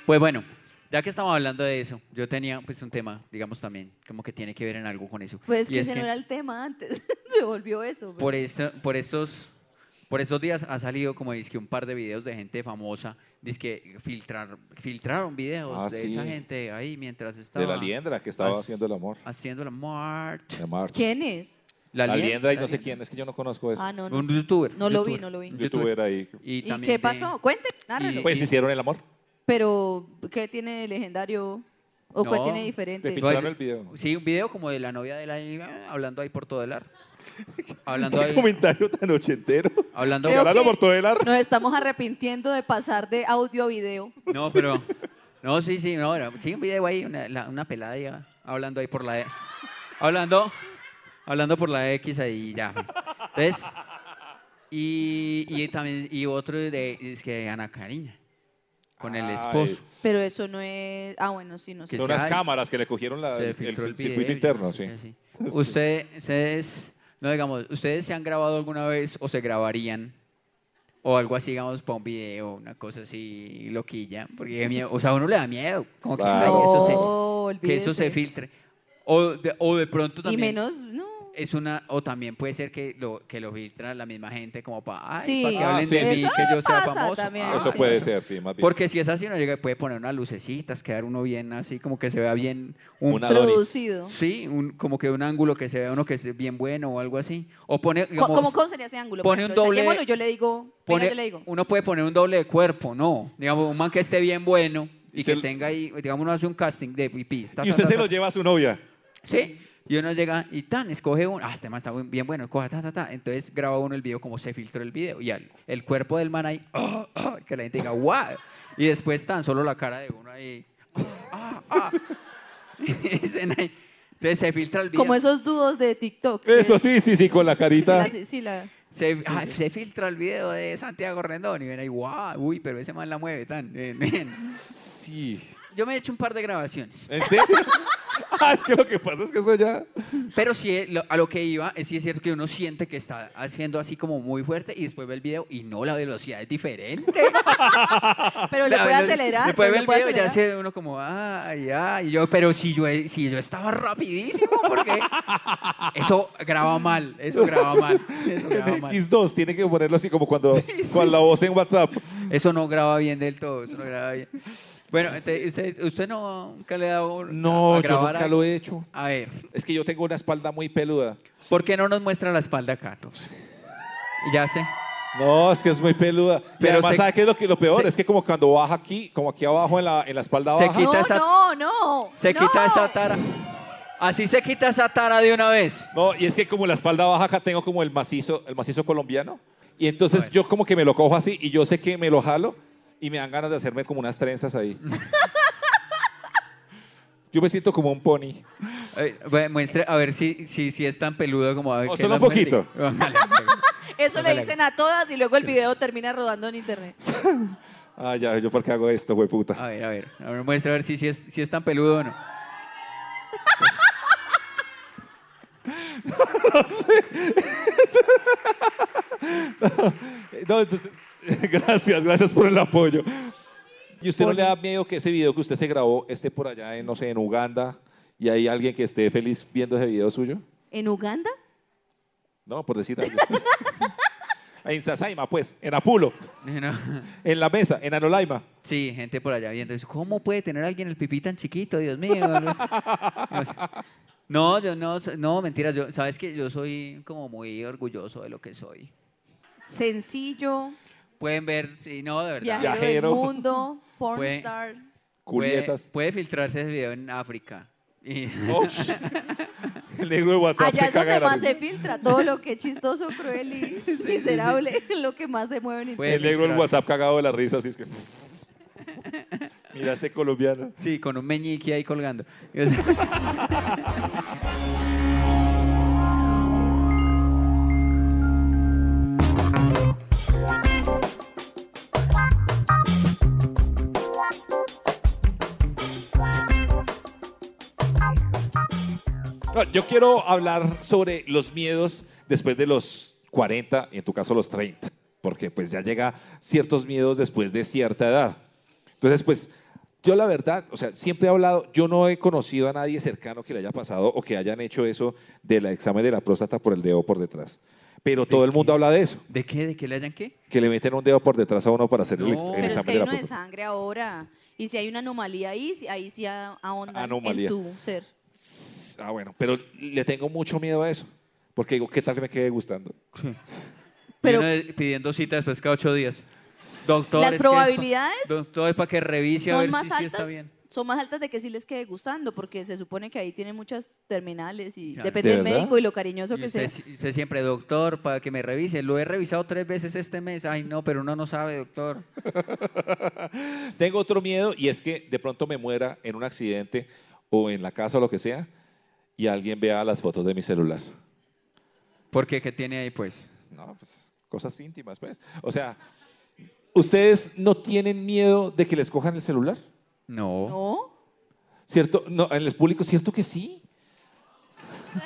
Speaker 2: Pues bueno, ya que estamos hablando de eso, yo tenía pues un tema, digamos también, como que tiene que ver en algo con eso.
Speaker 3: Pues
Speaker 2: Y
Speaker 3: que
Speaker 2: es
Speaker 3: ese
Speaker 2: que
Speaker 3: no era el tema antes. se volvió eso. pues.
Speaker 2: por, esto- por estos por estos días ha salido como dizque un par de videos de gente famosa, dizque filtrar, filtraron videos
Speaker 4: Ah,
Speaker 2: de
Speaker 4: sí.
Speaker 2: esa gente ahí mientras estaba
Speaker 4: De la liendra que estaba
Speaker 2: As-
Speaker 4: haciendo el amor.
Speaker 2: haciendo la march.
Speaker 4: La marcha.
Speaker 3: ¿Quién es?
Speaker 4: La,
Speaker 2: lien-
Speaker 4: liendra y
Speaker 2: la
Speaker 4: no sé
Speaker 2: liendra.
Speaker 4: quién, es que yo no conozco eso.
Speaker 3: Ah, no, no.
Speaker 2: Un
Speaker 3: sé.
Speaker 2: youtuber.
Speaker 3: No lo vi, no lo vi.
Speaker 2: un
Speaker 4: Youtuber ahí.
Speaker 2: Y,
Speaker 3: ¿Y
Speaker 2: también
Speaker 3: qué
Speaker 2: de-
Speaker 3: pasó? Cuenten, nárralo.
Speaker 2: Y-
Speaker 4: Pues hicieron el amor.
Speaker 3: Pero, ¿qué tiene de legendario? ¿O cuál
Speaker 2: No.
Speaker 3: tiene diferente?
Speaker 4: Definitivamente. Filtraron el video.
Speaker 2: Sí, un video como de la novia de la liga hablando ahí por todo el ar. Hablando ahí.
Speaker 4: comentario tan ochentero.
Speaker 2: Hablando
Speaker 3: Creo
Speaker 4: hablando
Speaker 3: que
Speaker 4: por todo el ar.
Speaker 3: Nos estamos arrepintiendo de pasar de audio a video.
Speaker 2: No, pero. No, sí, sí, no. era- Sí, un video ahí, una, la- una pelada ya, hablando ahí por la. E- hablando. Hablando por la X ahí ya. ¿Ves? Y, y también. Y otro de. Es que Ana Karina. Con el
Speaker 4: Ay.
Speaker 2: esposo.
Speaker 3: Pero eso no es. Ah, bueno, sí, no sé.
Speaker 2: Que
Speaker 4: Son
Speaker 2: se
Speaker 4: unas
Speaker 2: hay-
Speaker 4: cámaras que le cogieron la-
Speaker 2: se
Speaker 4: el,
Speaker 2: filtró
Speaker 4: el
Speaker 2: el
Speaker 4: circuito
Speaker 2: video, yo
Speaker 4: interno,
Speaker 2: no
Speaker 4: sí.
Speaker 2: sé qué, sí. Usted- ustedes, no digamos, ustedes se han grabado alguna vez o se grabarían o algo así, digamos, para un video, una cosa así loquilla, porque de miedo, o sea, a uno le da miedo, como que,
Speaker 4: Claro.
Speaker 2: ay, eso se-
Speaker 3: No,
Speaker 2: que eso se
Speaker 3: olvídese.
Speaker 2: filtre. O de, o de pronto
Speaker 3: Y
Speaker 2: también
Speaker 3: menos, no.
Speaker 2: es una o también puede ser que lo que lo filtra la misma gente como para ay,
Speaker 3: Sí.
Speaker 2: para que
Speaker 4: Ah,
Speaker 2: hablen
Speaker 4: sí,
Speaker 2: de mí, que
Speaker 4: sí.
Speaker 2: yo sea
Speaker 3: Eso pasa
Speaker 2: famoso.
Speaker 3: también,
Speaker 2: Ah,
Speaker 4: Eso
Speaker 3: sí.
Speaker 4: puede ser, sí, más bien.
Speaker 2: Porque si es así, no llega, puede poner unas lucecitas, quedar uno bien así, como que se vea bien un
Speaker 4: Una Adonis.
Speaker 3: Producido.
Speaker 2: Sí, un- como que un ángulo que se vea uno que es bien bueno o algo así. O pone,
Speaker 3: Co-
Speaker 2: digamos,
Speaker 3: ¿Cómo, cómo sería ese ángulo?
Speaker 2: pone
Speaker 3: Por
Speaker 2: un
Speaker 3: ejemplo,
Speaker 2: doble-
Speaker 3: saquémoslo y yo le digo. venga,
Speaker 2: pone-
Speaker 3: yo le digo.
Speaker 2: uno puede poner un doble de cuerpo, no. Digamos, un man que esté bien bueno y
Speaker 4: Y
Speaker 2: que
Speaker 4: se-
Speaker 2: tenga ahí, digamos, uno hace un casting de pipis.
Speaker 4: y usted se lo lleva a su novia.
Speaker 2: Sí. Y uno llega y tan, escoge uno, ah, este man está buen- bien bueno, coja, ta, ta, ta. Entonces graba uno el video como se filtró el video y al- el cuerpo del man ahí, ah, ah, que la gente diga, wow. Y después tan solo la cara de uno ahí, ah, ah. Y dicen ahí, Entonces se filtra el video.
Speaker 3: Como esos dúos de TikTok. que-
Speaker 4: Eso sí, sí, sí, con la carita.
Speaker 3: la- sí, la-
Speaker 2: Se, ah, se filtra el video de Santiago Rendón y ven ahí, guau, uy, pero ese man la mueve tan. bien, bien".
Speaker 4: Sí.
Speaker 2: Yo me he hecho un par de grabaciones.
Speaker 4: ¿En serio? Ah, es que lo que pasa es que eso ya.
Speaker 2: Pero sí, eh, lo- a lo que iba, eh, sí es cierto que uno siente que está haciendo así como muy fuerte y después ve el video y no, la velocidad es diferente.
Speaker 4: Pues
Speaker 3: Pero le
Speaker 2: La
Speaker 3: puede
Speaker 2: velo-
Speaker 3: acelerar.
Speaker 2: Después ve
Speaker 3: pero le
Speaker 2: el
Speaker 3: puede
Speaker 2: video y ya
Speaker 3: acelerar.
Speaker 2: hace uno como, ay, ay. y yo, pero si yo, he- si yo estaba rapidísimo, porque eso graba mal, eso graba mal, eso graba
Speaker 4: En
Speaker 2: mal.
Speaker 4: X2 tiene que ponerlo así como cuando, con la voz en WhatsApp.
Speaker 2: Eso no graba bien del todo, eso no graba bien. Bueno, ente- usted, usted no, nunca le ha dado a- a
Speaker 4: No, yo
Speaker 2: grabar
Speaker 4: nunca
Speaker 2: a-
Speaker 4: lo he hecho.
Speaker 2: A ver,
Speaker 4: Es que yo tengo una espalda muy peluda.
Speaker 2: ¿por qué no nos muestra la espalda, Catos? Ya sé.
Speaker 4: No, es que es muy peluda. Pero
Speaker 2: Pero
Speaker 4: además,
Speaker 2: se-
Speaker 4: ¿sabe qué es lo, que, lo peor?
Speaker 2: se-
Speaker 4: es que como cuando baja aquí, como aquí abajo en la, en la espalda
Speaker 2: Se
Speaker 4: baja.
Speaker 2: quita
Speaker 3: no,
Speaker 2: esa-
Speaker 3: no, no.
Speaker 2: Se
Speaker 3: no.
Speaker 2: quita esa tara. Así se quita esa tara de una vez.
Speaker 4: No, y es que como la espalda baja acá tengo como el macizo, el macizo colombiano. Y entonces yo como que me lo cojo así y yo sé que me lo jalo y me dan ganas de hacerme como unas trenzas ahí. yo me siento como un pony.
Speaker 2: Eh, bueno, muestre, a ver si, si, si es tan peludo como a ver.
Speaker 4: O
Speaker 2: qué
Speaker 4: solo
Speaker 2: es
Speaker 4: un
Speaker 2: la peli-
Speaker 4: poquito.
Speaker 2: Vale.
Speaker 3: Eso le
Speaker 2: Ojalá.
Speaker 3: dicen a todas y luego el video termina rodando en internet.
Speaker 4: Ah, ya, yo por qué hago esto, güey
Speaker 2: A
Speaker 4: puta.
Speaker 2: ver, a ver, a ver, muestre a ver si, si, es, si es tan peludo o no.
Speaker 4: No, entonces, gracias, gracias por el apoyo. ¿Y usted no le da miedo que ese video que usted se grabó esté por allá, en, no sé, en Uganda y hay alguien que esté feliz viendo ese video suyo?
Speaker 3: ¿En Uganda?
Speaker 4: No, por decir algo. en Sasaima, pues, en Apulo,
Speaker 2: No.
Speaker 4: en la mesa, en Anolaima.
Speaker 2: Sí, gente por allá viendo eso. ¿Cómo puede tener alguien el pipí tan chiquito? Dios mío. No, yo no, so- no, mentiras. Yo, Sabes que yo soy como muy orgulloso de lo que soy.
Speaker 3: Sencillo,
Speaker 2: Pueden ver, sí, no, de verdad.
Speaker 3: viajero,
Speaker 4: Viajero.
Speaker 3: del mundo,
Speaker 2: Fue-
Speaker 3: pornstar.
Speaker 2: Puede,
Speaker 4: Culietas.
Speaker 2: puede filtrarse ese video en África. Y-
Speaker 4: El negro de WhatsApp
Speaker 3: Allá
Speaker 4: se
Speaker 3: es
Speaker 4: caga de
Speaker 3: donde
Speaker 4: la
Speaker 3: más se
Speaker 4: risa.
Speaker 3: filtra todo lo que es chistoso, cruel y miserable, lo que más se mueve en internet.
Speaker 2: puede
Speaker 4: El negro del
Speaker 2: filtrarse.
Speaker 4: WhatsApp cagado de la risa, así es que... Mira este colombiano.
Speaker 2: Sí, con un meñique ahí colgando.
Speaker 4: No, yo quiero hablar sobre los miedos después de los 40, y en tu caso los 30, porque pues ya llega ciertos miedos después de cierta edad. Entonces, pues yo la verdad, o sea, siempre he hablado, yo no he conocido a nadie cercano que le haya pasado o que hayan hecho eso del examen de la próstata por el dedo por detrás. Pero todo el mundo habla de eso,
Speaker 2: ¿De qué? ¿De qué le hayan qué?
Speaker 4: que le meten un dedo por detrás a uno para hacer el, ex-
Speaker 2: No. Pero
Speaker 4: el
Speaker 3: Pero es
Speaker 4: examen
Speaker 3: que
Speaker 4: de
Speaker 3: hay
Speaker 4: la
Speaker 3: uno de
Speaker 4: próstata.
Speaker 3: sangre ahora. Y si hay una anomalía ahí, si- ahí sí a- ahondan
Speaker 4: Anomalía.
Speaker 3: en tu ser.
Speaker 4: Ah, bueno, pero le tengo mucho miedo a eso, porque digo, ¿qué tal que me quede gustando?
Speaker 3: Pero-
Speaker 2: Pero pidiendo cita después cada ocho días. Doctor, es
Speaker 3: Las
Speaker 2: que es pa-
Speaker 3: probabilidades
Speaker 2: doctor, es para que revise a
Speaker 3: son
Speaker 2: ver
Speaker 3: más
Speaker 2: si, sí
Speaker 3: altas.
Speaker 2: está bien.
Speaker 3: Son más altas de que sí les quede gustando, porque se supone que ahí tienen muchas terminales y
Speaker 2: Claro.
Speaker 3: depende
Speaker 4: ¿De
Speaker 3: del
Speaker 4: verdad?
Speaker 3: médico y lo cariñoso
Speaker 2: Y
Speaker 3: que
Speaker 2: usted,
Speaker 3: sea.
Speaker 2: si- usted siempre, doctor, para que me revise. Lo he revisado tres veces este mes. Ay, no, pero uno no sabe, doctor.
Speaker 4: Tengo otro miedo y es que de pronto me muera en un accidente o en la casa o lo que sea y alguien vea las fotos de mi celular.
Speaker 2: ¿Por qué? ¿Qué tiene ahí, pues?
Speaker 4: No, pues cosas íntimas, pues. O sea, ¿ustedes no tienen miedo de que les cojan el celular?
Speaker 2: No.
Speaker 3: ¿No?
Speaker 4: ¿Cierto? No, en el público, ¿cierto que sí?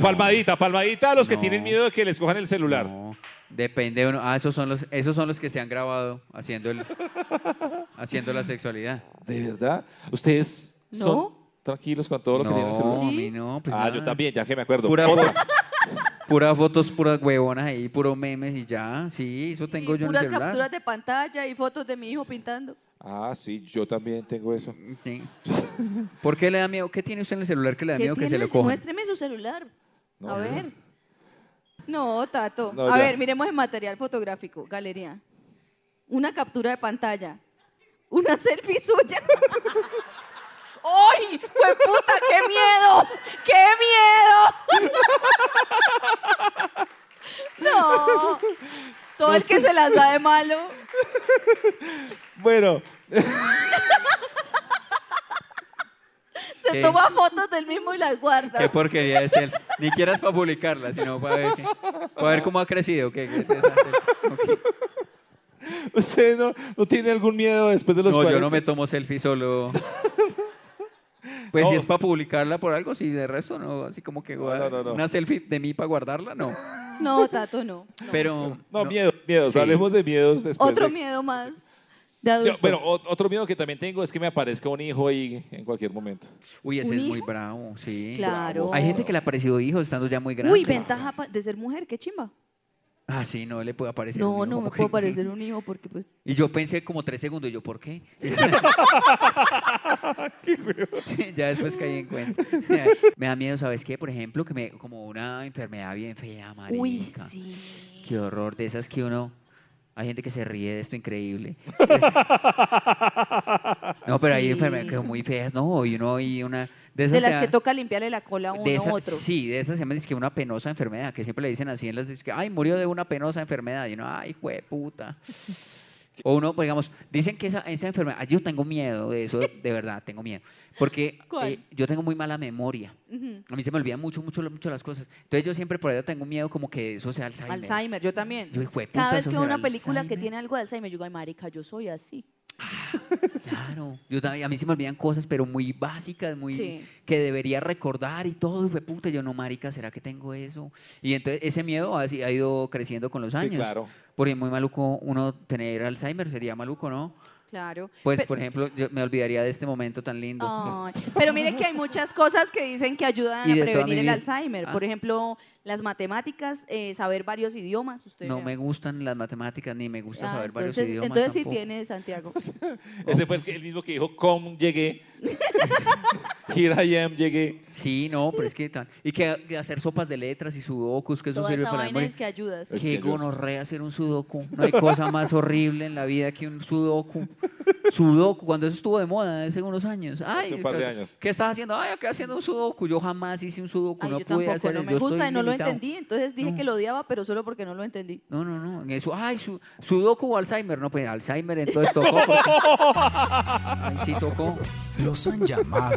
Speaker 4: Palmadita, palmadita a los que
Speaker 2: No.
Speaker 4: tienen miedo de que les cojan el celular.
Speaker 2: No, depende de uno. Ah, esos son los, esos son los que se han grabado haciendo el, haciendo la sexualidad.
Speaker 4: ¿De verdad? ¿Ustedes son
Speaker 3: No.
Speaker 4: tranquilos con todo lo que tienen el
Speaker 2: no,
Speaker 4: celular?
Speaker 2: a
Speaker 3: Sí.
Speaker 2: mí no. pues
Speaker 4: ah,
Speaker 2: nada.
Speaker 4: yo también, ya que me acuerdo.
Speaker 2: Pura
Speaker 4: Otra.
Speaker 2: foto- puras fotos, puras huevonas ahí, puros memes y ya. Sí, eso tengo
Speaker 3: y
Speaker 2: yo en el
Speaker 3: puras
Speaker 2: celular.
Speaker 3: capturas de pantalla y fotos de mi hijo pintando.
Speaker 4: Ah, sí, yo también tengo eso.
Speaker 2: Sí. ¿Por qué le da miedo? ¿Qué tiene usted en el celular que le da
Speaker 3: ¿Qué
Speaker 2: miedo que se
Speaker 3: tiene?
Speaker 2: lo cojan?
Speaker 3: Muéstreme su celular.
Speaker 4: No. ¿eh?
Speaker 3: A ver. No, Tato.
Speaker 4: No,
Speaker 3: a
Speaker 4: ya.
Speaker 3: ver, miremos el material fotográfico, galería. Una captura de pantalla. Una selfie suya. ¡Ay! ¡Fue puta! ¡Qué miedo! ¡Qué miedo! no. Todo el que se las da de malo.
Speaker 4: Bueno,
Speaker 3: Se
Speaker 2: ¿Qué?
Speaker 3: toma fotos del mismo y las guarda.
Speaker 2: Qué porquería es él. Ni quieras para publicarla, sino para ver, qué- para ver cómo ha crecido. qué- qué te hace.
Speaker 4: ¿usted no, no tiene algún miedo después de los
Speaker 2: No, yo
Speaker 4: 40?
Speaker 2: no me tomo selfie solo. Pues si
Speaker 4: No.
Speaker 2: es para publicarla por algo, si de resto no, así como que
Speaker 4: No, no, no, no.
Speaker 2: una selfie de mí para guardarla, no.
Speaker 3: No, Tato, no. no.
Speaker 2: Pero
Speaker 4: No,
Speaker 2: no.
Speaker 4: miedos, miedos.
Speaker 2: Sí.
Speaker 4: Hablemos de miedos después.
Speaker 3: Otro
Speaker 4: de-
Speaker 3: miedo más de
Speaker 4: Yo-
Speaker 3: adulto.
Speaker 4: bueno, o- otro miedo que también tengo es que me aparezca un hijo ahí en cualquier momento.
Speaker 2: Uy, ese
Speaker 3: ¿Un
Speaker 2: es muy
Speaker 3: hijo?
Speaker 2: bravo, sí.
Speaker 3: Claro.
Speaker 2: Hay gente que le ha parecido hijo estando ya muy grande.
Speaker 3: Uy, ventaja pa- de ser mujer, qué chimba.
Speaker 2: Ah, sí, no le puede aparecer. un
Speaker 3: No,
Speaker 2: hijo.
Speaker 3: no me puedo parecer un hijo porque pues...
Speaker 2: Y yo pensé como tres segundos, y yo, ¿por qué? ya después caí en cuenta. me da miedo, ¿sabes qué? Por ejemplo, que me, como una enfermedad bien fea, marica.
Speaker 3: Uy, sí.
Speaker 2: Qué horror, de esas que uno... Hay gente que se ríe de esto increíble. no, pero hay
Speaker 3: Sí.
Speaker 2: enfermedades que son muy feas, ¿no? Y uno hay una... De, esas
Speaker 3: De las
Speaker 2: da-
Speaker 3: que toca limpiarle la cola a uno
Speaker 2: de esa-
Speaker 3: a otro.
Speaker 2: Sí, de esas se llama dizque, una penosa enfermedad, que siempre le dicen así en las dizque, ay, murió de una penosa enfermedad. Y uno, ay, jue puta. O uno, pues, digamos, dicen que esa, esa enfermedad, ay, yo tengo miedo de eso, de verdad, tengo miedo. Porque
Speaker 3: ¿Cuál?
Speaker 2: eh, yo tengo muy mala memoria.
Speaker 3: Ujú.
Speaker 2: A mí se me olvidan mucho, mucho, mucho las cosas. Entonces yo siempre por allá tengo miedo como que eso sea Alzheimer.
Speaker 3: Alzheimer, yo también.
Speaker 2: Yo, hijo de puta,
Speaker 3: Cada vez
Speaker 2: eso
Speaker 3: que veo
Speaker 2: será
Speaker 3: una película que
Speaker 2: Alzheimer.
Speaker 3: tiene algo de Alzheimer, yo digo, ay, marica, yo soy así.
Speaker 2: Claro. Yo, tam- a mí se me olvidan cosas, pero muy básicas, muy
Speaker 3: Sí.
Speaker 2: que debería recordar y todo. Y fue puta, yo no, marica, ¿será que tengo eso? Y entonces ese miedo ha, si- ha ido creciendo con los
Speaker 4: Sí,
Speaker 2: años.
Speaker 4: claro.
Speaker 2: Porque muy maluco uno tener Alzheimer, sería maluco, ¿no?
Speaker 3: Claro.
Speaker 2: Pues,
Speaker 3: Pe- Ah,
Speaker 2: por ejemplo, yo me olvidaría de este momento tan lindo.
Speaker 3: Ay, pero mire que hay muchas cosas que dicen que ayudan
Speaker 2: Y
Speaker 3: a
Speaker 2: de toda
Speaker 3: prevenir
Speaker 2: mi
Speaker 3: el
Speaker 2: vida.
Speaker 3: Alzheimer.
Speaker 2: Ah.
Speaker 3: Por ejemplo, las matemáticas, eh, saber varios idiomas. Usted
Speaker 2: Pues, No
Speaker 3: vea.
Speaker 2: me gustan las matemáticas ni me gusta
Speaker 3: Ah,
Speaker 2: saber varios
Speaker 3: entonces,
Speaker 2: idiomas.
Speaker 3: Entonces sí
Speaker 2: tampoco.
Speaker 3: tiene Santiago.
Speaker 4: Ese fue el, que- el mismo que dijo, com llegué. Here I am, llegué.
Speaker 2: Sí, no, pero es que tan- Y que que hacer sopas de letras y sudokus, que eso
Speaker 3: Toda
Speaker 2: sirve
Speaker 3: esa
Speaker 2: para la
Speaker 3: vaina
Speaker 2: memoria.
Speaker 3: es que ayuda. sí.
Speaker 4: Es
Speaker 2: Qué
Speaker 4: que yo-
Speaker 2: gonorrea hacer un sudoku. No hay cosa más horrible en la vida que un sudoku. Sudoku, cuando eso estuvo de moda hace unos años. Ay,
Speaker 4: Hace un par de
Speaker 2: ¿qué-
Speaker 4: años.
Speaker 2: ¿Qué estás haciendo? Ay, estoy haciendo un sudoku. Yo jamás hice un sudoku.
Speaker 3: Ay,
Speaker 2: no
Speaker 3: Ah, yo
Speaker 2: pude
Speaker 3: tampoco,
Speaker 2: hacer
Speaker 3: no
Speaker 2: eso,
Speaker 3: me
Speaker 2: yo estoy
Speaker 3: gusta y no lo
Speaker 2: limitado.
Speaker 3: entendí. Entonces dije
Speaker 2: No.
Speaker 3: que lo odiaba, pero solo porque no lo entendí.
Speaker 2: No, no, no. En eso, ay, su- sudoku o Alzheimer. No, pues Alzheimer entonces tocó. porque- Ay, sí tocó.
Speaker 5: Los han llamado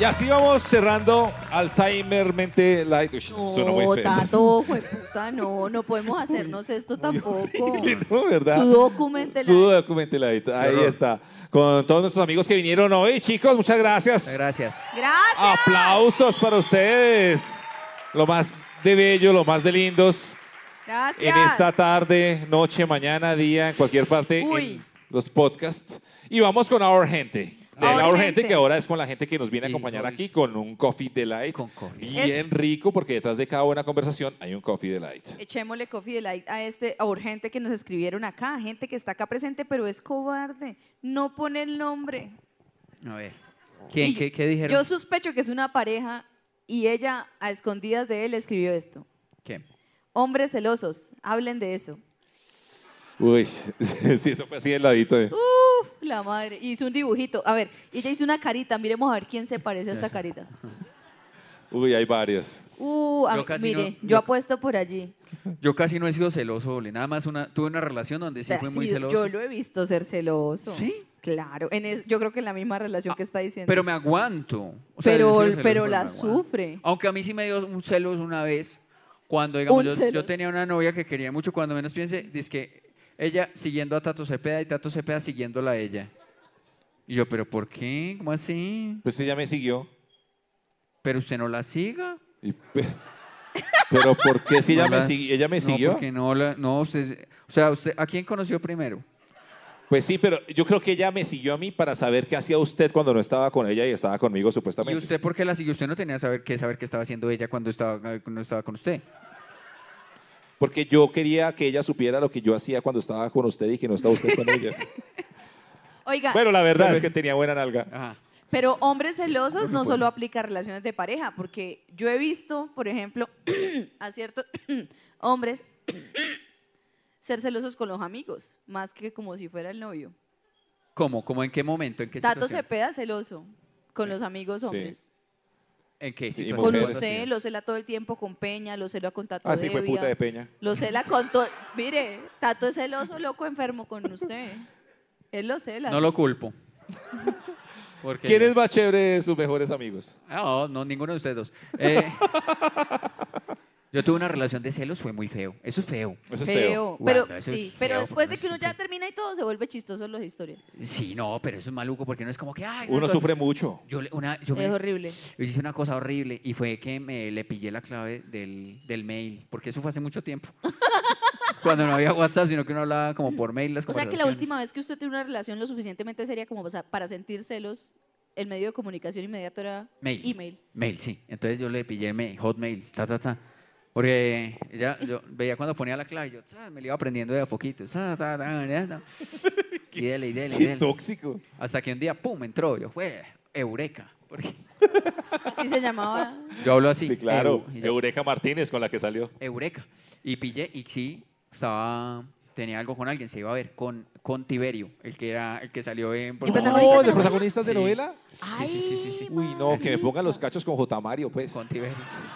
Speaker 4: Y así vamos cerrando Alzheimer Mente Light. Uy, suena
Speaker 3: No,
Speaker 4: muy feo.
Speaker 3: Tato, jueputa, no, no podemos hacernos esto tampoco.
Speaker 4: No, ¿verdad?
Speaker 3: Su documental.
Speaker 4: Su documental. Ahí está. Con todos nuestros amigos que vinieron hoy, chicos, muchas gracias.
Speaker 2: Gracias.
Speaker 3: Gracias.
Speaker 4: Ah, Aplausos para ustedes. Lo más de bello, lo más de lindos.
Speaker 3: Gracias.
Speaker 4: En esta tarde, noche, mañana, día, en cualquier parte,
Speaker 3: Uy.
Speaker 4: en los podcasts. Y vamos con Our Gente. De
Speaker 3: Our
Speaker 4: la Our
Speaker 3: Gente.
Speaker 4: Gente, que ahora es con la gente que nos viene a
Speaker 2: Y
Speaker 4: acompañar
Speaker 2: hoy-
Speaker 4: aquí con un Coffee Delight.
Speaker 2: Con coffee.
Speaker 4: Bien rico, porque detrás de cada buena conversación hay un Coffee Delight.
Speaker 3: Echémosle coffee delight a este a urgente que nos escribieron acá, gente que está acá presente, pero es cobarde. No pone el nombre.
Speaker 2: A ver. ¿Quién?
Speaker 3: Y
Speaker 2: ¿Qué, qué dijeron?
Speaker 3: Yo sospecho que es una pareja y ella, a escondidas de él, escribió esto.
Speaker 2: ¿Quién?
Speaker 3: Hombres celosos, hablen de eso.
Speaker 4: Uy, sí, eso fue así del ladito. eh.
Speaker 3: Uf, la madre. Hizo un dibujito. A ver, ella hizo una carita. Miremos a ver quién se parece a esta carita.
Speaker 4: Uy, hay varios.
Speaker 3: Uh, a
Speaker 2: Yo
Speaker 3: mí-
Speaker 2: casi
Speaker 3: mire,
Speaker 2: no-
Speaker 3: yo,
Speaker 2: yo-
Speaker 3: apuesto por allí.
Speaker 2: Yo casi no he sido celoso, Ole. Nada más una, tuve una relación donde sí
Speaker 3: Ha
Speaker 2: fue muy
Speaker 3: sido-
Speaker 2: celoso.
Speaker 3: Yo lo he visto ser celoso.
Speaker 2: ¿Sí? Ah,
Speaker 3: Claro. En es- yo creo que en la misma relación que está diciendo.
Speaker 2: Pero me aguanto. O sea,
Speaker 3: Pero-
Speaker 2: yo he sido celoso,
Speaker 3: pero
Speaker 2: me
Speaker 3: la
Speaker 2: aguanto.
Speaker 3: sufre.
Speaker 2: Aunque a mí sí me dio un celos una vez, cuando, digamos,
Speaker 3: Un
Speaker 2: yo,
Speaker 3: celos.
Speaker 2: yo tenía una novia que quería mucho, cuando menos piense, dice que ella siguiendo a Tato Cepeda y Tato Cepeda siguiéndola a ella. Y yo, ¿pero por qué? ¿Cómo así?
Speaker 4: Pues ella me siguió.
Speaker 2: ¿Pero usted no la siga?
Speaker 4: Y pe- Pero ¿por qué si ella
Speaker 2: No
Speaker 4: me,
Speaker 2: la-
Speaker 4: sigui- ella me
Speaker 2: no,
Speaker 4: siguió?
Speaker 2: porque no, la- no, usted, o sea, usted, ¿a quién conoció primero?
Speaker 4: Pues sí, pero yo creo que ella me siguió a mí para saber qué hacía usted cuando no estaba con ella y estaba conmigo
Speaker 2: ¿Y
Speaker 4: supuestamente.
Speaker 2: usted por qué la siguió? Usted no tenía saber que saber qué estaba haciendo ella cuando estaba, no estaba con usted.
Speaker 4: Porque yo quería que ella supiera lo que yo hacía cuando estaba con usted y que no estaba usted con ella.
Speaker 3: Oiga,
Speaker 4: bueno, la verdad es que tenía buena nalga.
Speaker 2: Ajá.
Speaker 3: pero hombres celosos no solo aplica a relaciones de pareja, porque yo he visto, por ejemplo, a ciertos hombres ser celosos con los amigos, más que como si fuera el novio.
Speaker 2: ¿Cómo? ¿Cómo en qué momento? ¿En qué
Speaker 3: Tato
Speaker 2: situación?
Speaker 3: Cepeda celoso con los amigos
Speaker 4: Sí.
Speaker 3: hombres.
Speaker 2: ¿En qué
Speaker 4: Sí,
Speaker 2: situación?
Speaker 3: Con
Speaker 4: mujeres.
Speaker 3: usted, lo cela todo el tiempo con Peña, lo cela con Tato
Speaker 4: Así Ah, fue
Speaker 3: Devia,
Speaker 4: puta de Peña.
Speaker 3: Lo cela con todo. Mire, Tato es celoso, loco, enfermo con usted. Él lo cela.
Speaker 2: No lo culpo. Porque
Speaker 4: ¿Quién es más chévere de sus mejores amigos?
Speaker 2: No, no, ninguno de ustedes dos. Eh, yo tuve una relación de celos, fue muy feo. Eso es feo.
Speaker 4: Eso es feo.
Speaker 3: Feo.
Speaker 2: Guarda,
Speaker 3: Pero,
Speaker 2: eso es
Speaker 3: sí,
Speaker 2: feo,
Speaker 3: pero
Speaker 2: porque
Speaker 3: después
Speaker 2: no
Speaker 3: de
Speaker 2: es
Speaker 3: que uno ya
Speaker 2: súper-
Speaker 3: termina y todo, se vuelve chistoso las historias.
Speaker 2: Sí, no, pero eso es maluco porque no es como que. Ay,
Speaker 4: Uno
Speaker 2: no,
Speaker 4: sufre mucho.
Speaker 2: Yo, le- una, yo me-
Speaker 3: Es horrible.
Speaker 2: yo hice una cosa horrible y fue que me le pillé la clave del, del mail, porque eso fue hace mucho tiempo. Cuando no había WhatsApp, sino que uno hablaba como por mail las
Speaker 3: O sea que la
Speaker 2: conversaciones.
Speaker 3: última vez que usted tiene una relación lo suficientemente seria como para- para sentir celos, el medio de comunicación inmediato era
Speaker 2: Mail.
Speaker 3: email.
Speaker 2: Mail, sí. Entonces yo le pillé el mail, Hotmail, ta, ta, ta. Porque ella, yo veía cuando ponía la clave, yo ta, me la iba aprendiendo de a poquito. ta, ta, ta, ta, ta. Y dele, y dele, y
Speaker 4: Qué
Speaker 2: dele.
Speaker 4: tóxico.
Speaker 2: Hasta que un día, pum, entró. Yo, fue, eureka. Porque
Speaker 3: Así se llamaba.
Speaker 2: yo hablo así.
Speaker 4: Sí, claro.
Speaker 2: eu- y yo,
Speaker 4: Eureka Martínez con la que salió.
Speaker 2: eureka. Y pillé, y sí, estaba, tenía algo con alguien, se iba a ver, con, con Tiberio, el que era, el que salió en...
Speaker 3: ¿El protagonista de
Speaker 4: ¿de
Speaker 3: novela?
Speaker 4: protagonistas de
Speaker 2: Sí.
Speaker 4: novela?
Speaker 2: Sí, sí, sí, sí, sí.
Speaker 4: Uy, no, que me pongan los cachos con J. Mario, pues.
Speaker 2: Con Tiberio.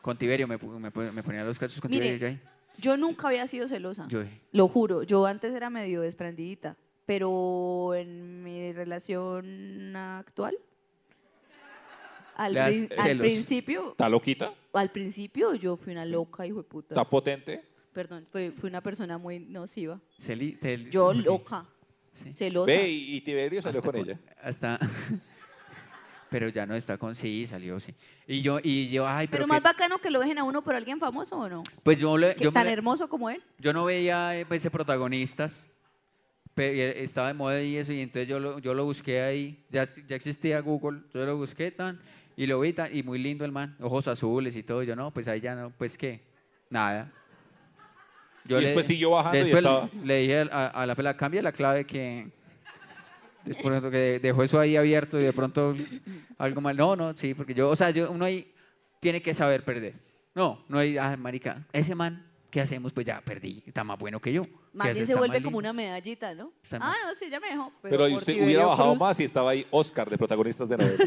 Speaker 2: Con Tiberio, me, pu- me, pu- me ponía los cachos con
Speaker 3: Mire,
Speaker 2: Tiberio. yo ahí.
Speaker 3: Yo nunca había sido celosa.
Speaker 2: Yo dije,
Speaker 3: Lo juro, yo antes era medio desprendidita, pero en mi relación actual, al,
Speaker 2: Le das
Speaker 3: prin- al
Speaker 2: celos.
Speaker 3: principio,
Speaker 4: ¿Está loquita?
Speaker 3: al principio yo fui una loca, hijo de puta.
Speaker 4: ¿Está potente?
Speaker 3: Perdón, fui, fui una persona muy nociva.
Speaker 2: Celi, tel-
Speaker 3: Yo loca,
Speaker 2: Sí.
Speaker 3: celosa.
Speaker 4: Ve, y, y Tiberio salió
Speaker 2: Hasta
Speaker 4: con ella.
Speaker 2: Hasta... pero ya no está con sí, salió sí. Y yo, y yo ay, pero,
Speaker 3: pero más
Speaker 2: que-
Speaker 3: bacano que lo dejen a uno por alguien famoso o no.
Speaker 2: Pues yo, le-
Speaker 3: Que
Speaker 2: yo,
Speaker 3: tan
Speaker 2: me-
Speaker 3: hermoso como él.
Speaker 2: yo no veía eh, pues, eh, protagonistas, pero eh, estaba de moda y eso, y entonces yo lo, yo lo busqué ahí, ya, s- ya existía Google, yo lo busqué tan, y lo vi tan, y muy lindo el man, ojos azules y todo, y yo no, pues ahí ya no, pues qué, nada.
Speaker 4: Y después siguió bajando y
Speaker 2: después le-
Speaker 4: estaba-
Speaker 2: le dije al- a, a la pela, cambia la clave que... de pronto que dejó eso ahí abierto y de pronto algo mal. No, no, sí, porque yo, o sea, yo, uno ahí tiene que saber perder. No, no hay, ah, marica, ese man, ¿qué hacemos? Pues ya perdí, está más bueno que yo. ¿Qué
Speaker 3: Más bien
Speaker 2: haces?
Speaker 3: se
Speaker 2: Está
Speaker 3: vuelve
Speaker 2: más
Speaker 3: como
Speaker 2: lindo.
Speaker 3: una medallita, ¿no?
Speaker 2: Está
Speaker 3: Ah,
Speaker 2: mal.
Speaker 3: no, sí, ya me dejó. Pero,
Speaker 4: Pero, y
Speaker 3: por
Speaker 4: usted
Speaker 3: Tiberio
Speaker 4: hubiera bajado
Speaker 3: Cruz,
Speaker 4: más y estaba ahí Oscar de protagonistas de novela.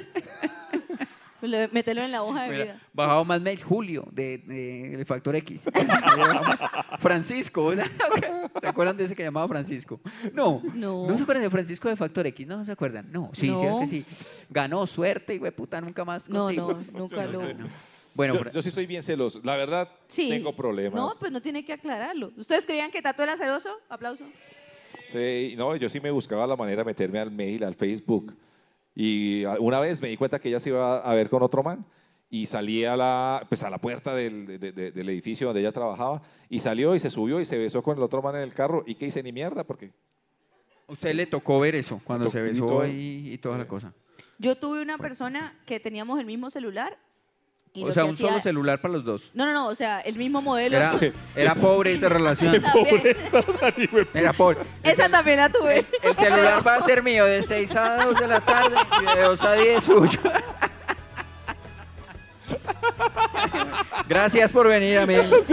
Speaker 3: le- Mételo en la hoja de
Speaker 2: Mira,
Speaker 3: vida.
Speaker 2: bajado más mails, Julio, de, de, El Factor X. Francisco, ¿se acuerdan de ese que llamaba Francisco? No,
Speaker 3: No.
Speaker 2: se acuerdan de Francisco de Factor X? No, ¿se acuerdan? No, sí,
Speaker 3: No.
Speaker 2: cierto que sí. Ganó suerte y, güey, puta, nunca más
Speaker 3: No,
Speaker 2: contigo.
Speaker 3: no, nunca lo.
Speaker 2: No. Bueno,
Speaker 4: Yo,
Speaker 2: Fra-
Speaker 4: yo sí soy bien celoso. La verdad,
Speaker 3: Sí.
Speaker 4: tengo problemas.
Speaker 3: No, pues no tiene que aclararlo. ¿Ustedes creían que Tato era celoso? Aplauso.
Speaker 4: Sí, no, yo sí me buscaba la manera de meterme al mail, al Facebook. Y a- una vez me di cuenta que ella se iba a ver con otro man y salí a la, pues a la puerta del, de- de- del edificio donde ella trabajaba y salió y se subió y se besó con el otro man en el carro y que hice ni mierda porque
Speaker 2: ¿A usted le tocó ver eso cuando
Speaker 4: Me
Speaker 2: se
Speaker 4: tocó- y
Speaker 2: besó
Speaker 4: todo.
Speaker 2: y, y toda la
Speaker 4: Sí.
Speaker 2: cosa?
Speaker 3: Yo tuve una persona que teníamos el mismo celular. Y
Speaker 2: O
Speaker 3: lo
Speaker 2: sea,
Speaker 3: que
Speaker 2: un
Speaker 3: hacía-
Speaker 2: solo celular para los dos.
Speaker 3: No, no, no, o sea, el mismo modelo.
Speaker 2: Era, era pobre esa relación.
Speaker 3: También.
Speaker 2: Era pobre.
Speaker 3: Esa también la tuve.
Speaker 2: El celular va a ser mío de 6 a 2 de la tarde y de 2 a 10 suyo. Gracias por venir, amigos.